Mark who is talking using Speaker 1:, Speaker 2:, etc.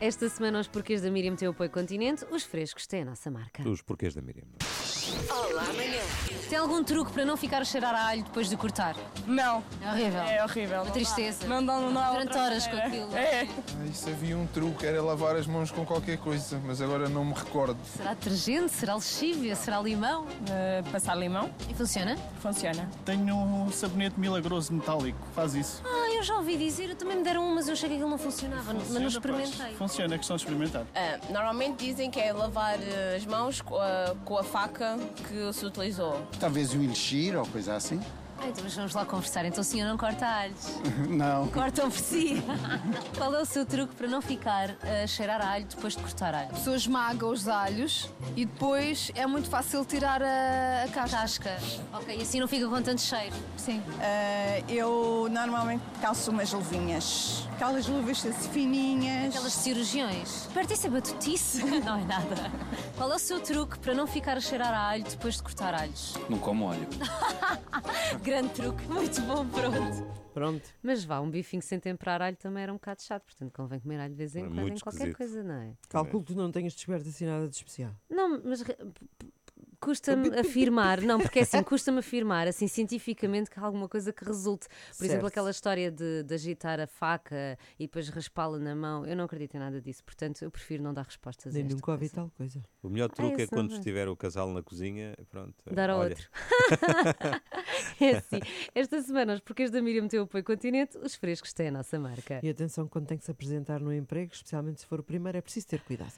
Speaker 1: Esta semana, os porquês da Miriam têm o apoio continente, os frescos têm a nossa marca.
Speaker 2: Os porquês da Miriam. é?
Speaker 3: Olá, amanhã.
Speaker 1: Tem algum truque para não ficar a cheirar a alho depois de cortar?
Speaker 4: Não,
Speaker 1: É horrível.
Speaker 4: é horrível.
Speaker 1: Uma tristeza.
Speaker 4: Não dá, não dá.
Speaker 1: Durante
Speaker 4: outra
Speaker 1: horas com
Speaker 4: maneira.
Speaker 1: aquilo.
Speaker 4: É.
Speaker 5: Ah, Isso havia um truque, era lavar as mãos com qualquer coisa, mas agora não me recordo.
Speaker 1: Será detergente? Será lexívia? Será limão?
Speaker 4: Eh, passar limão,
Speaker 1: E funciona?
Speaker 4: funciona.
Speaker 6: Tenho um sabonete milagroso metálico, faz isso.
Speaker 1: Ah, eu já ouvi dizer, eu também me deram um, mas eu achei que aquilo não funcionava, mas não
Speaker 6: Funciona, pois.
Speaker 1: experimentei.
Speaker 6: Funciona, é questão de experimentar.
Speaker 7: Ah, normalmente dizem que é lavar eh, as mãos co- ah, com a faca que se utilizou.
Speaker 8: Talvez um elixir ou coisa assim.
Speaker 1: Ah, então mas vamos lá conversar. Então o senhor não corta alhos.
Speaker 8: Não.
Speaker 1: Cortam por si. Qual é o seu truque para não ficar a cheirar a alho depois de cortar alho?
Speaker 9: pessoa esmaga os alhos e depois é muito fácil tirar a, a casca.
Speaker 1: Tasca. Ok, assim não fica com tanto cheiro.
Speaker 9: Sim.
Speaker 10: Ah, eu normalmente calço umas luvinhas. Aquelas luvas assim fininhas.
Speaker 1: Aquelas cirurgiões. Perto isso é batutice. Não é nada. Qual é o seu truque para não ficar a cheirar a alho depois de cortar alhos?
Speaker 11: Não como óleo.
Speaker 1: Grande truque. Muito bom, pronto.
Speaker 2: Pronto.
Speaker 1: Mas vá, um bifinho sem temperar alho também era um bocado chato, portanto convém comer alho de vez em
Speaker 2: É
Speaker 1: quando
Speaker 2: muito
Speaker 1: em qualquer
Speaker 2: esquisito.
Speaker 1: coisa, não é?
Speaker 2: Calculo
Speaker 3: que tu não tenhas descoberto assim nada de especial.
Speaker 1: Não, mas re- p- p- custa-me afirmar, não, porque é assim, custa-me afirmar, assim, cientificamente, que há alguma coisa que resulte. Por exemplo,
Speaker 3: Certo.
Speaker 1: aquela história de, de agitar a faca e depois raspá-la na mão, eu não acredito em nada disso, portanto, eu prefiro não dar respostas a
Speaker 3: Nem
Speaker 1: esta
Speaker 3: nunca ouvi
Speaker 1: coisa.
Speaker 3: tal coisa.
Speaker 2: O melhor truque é
Speaker 1: esse não
Speaker 2: quando
Speaker 1: dá.
Speaker 2: estiver o casal na cozinha, pronto.
Speaker 1: Dar ao
Speaker 2: olha,
Speaker 1: outro. é assim. Esta semana, os porquês da Miriam teu apoio continente, os frescos têm a nossa marca.
Speaker 3: E atenção, quando tem que se apresentar no emprego, especialmente se for o primeiro, é preciso ter cuidado.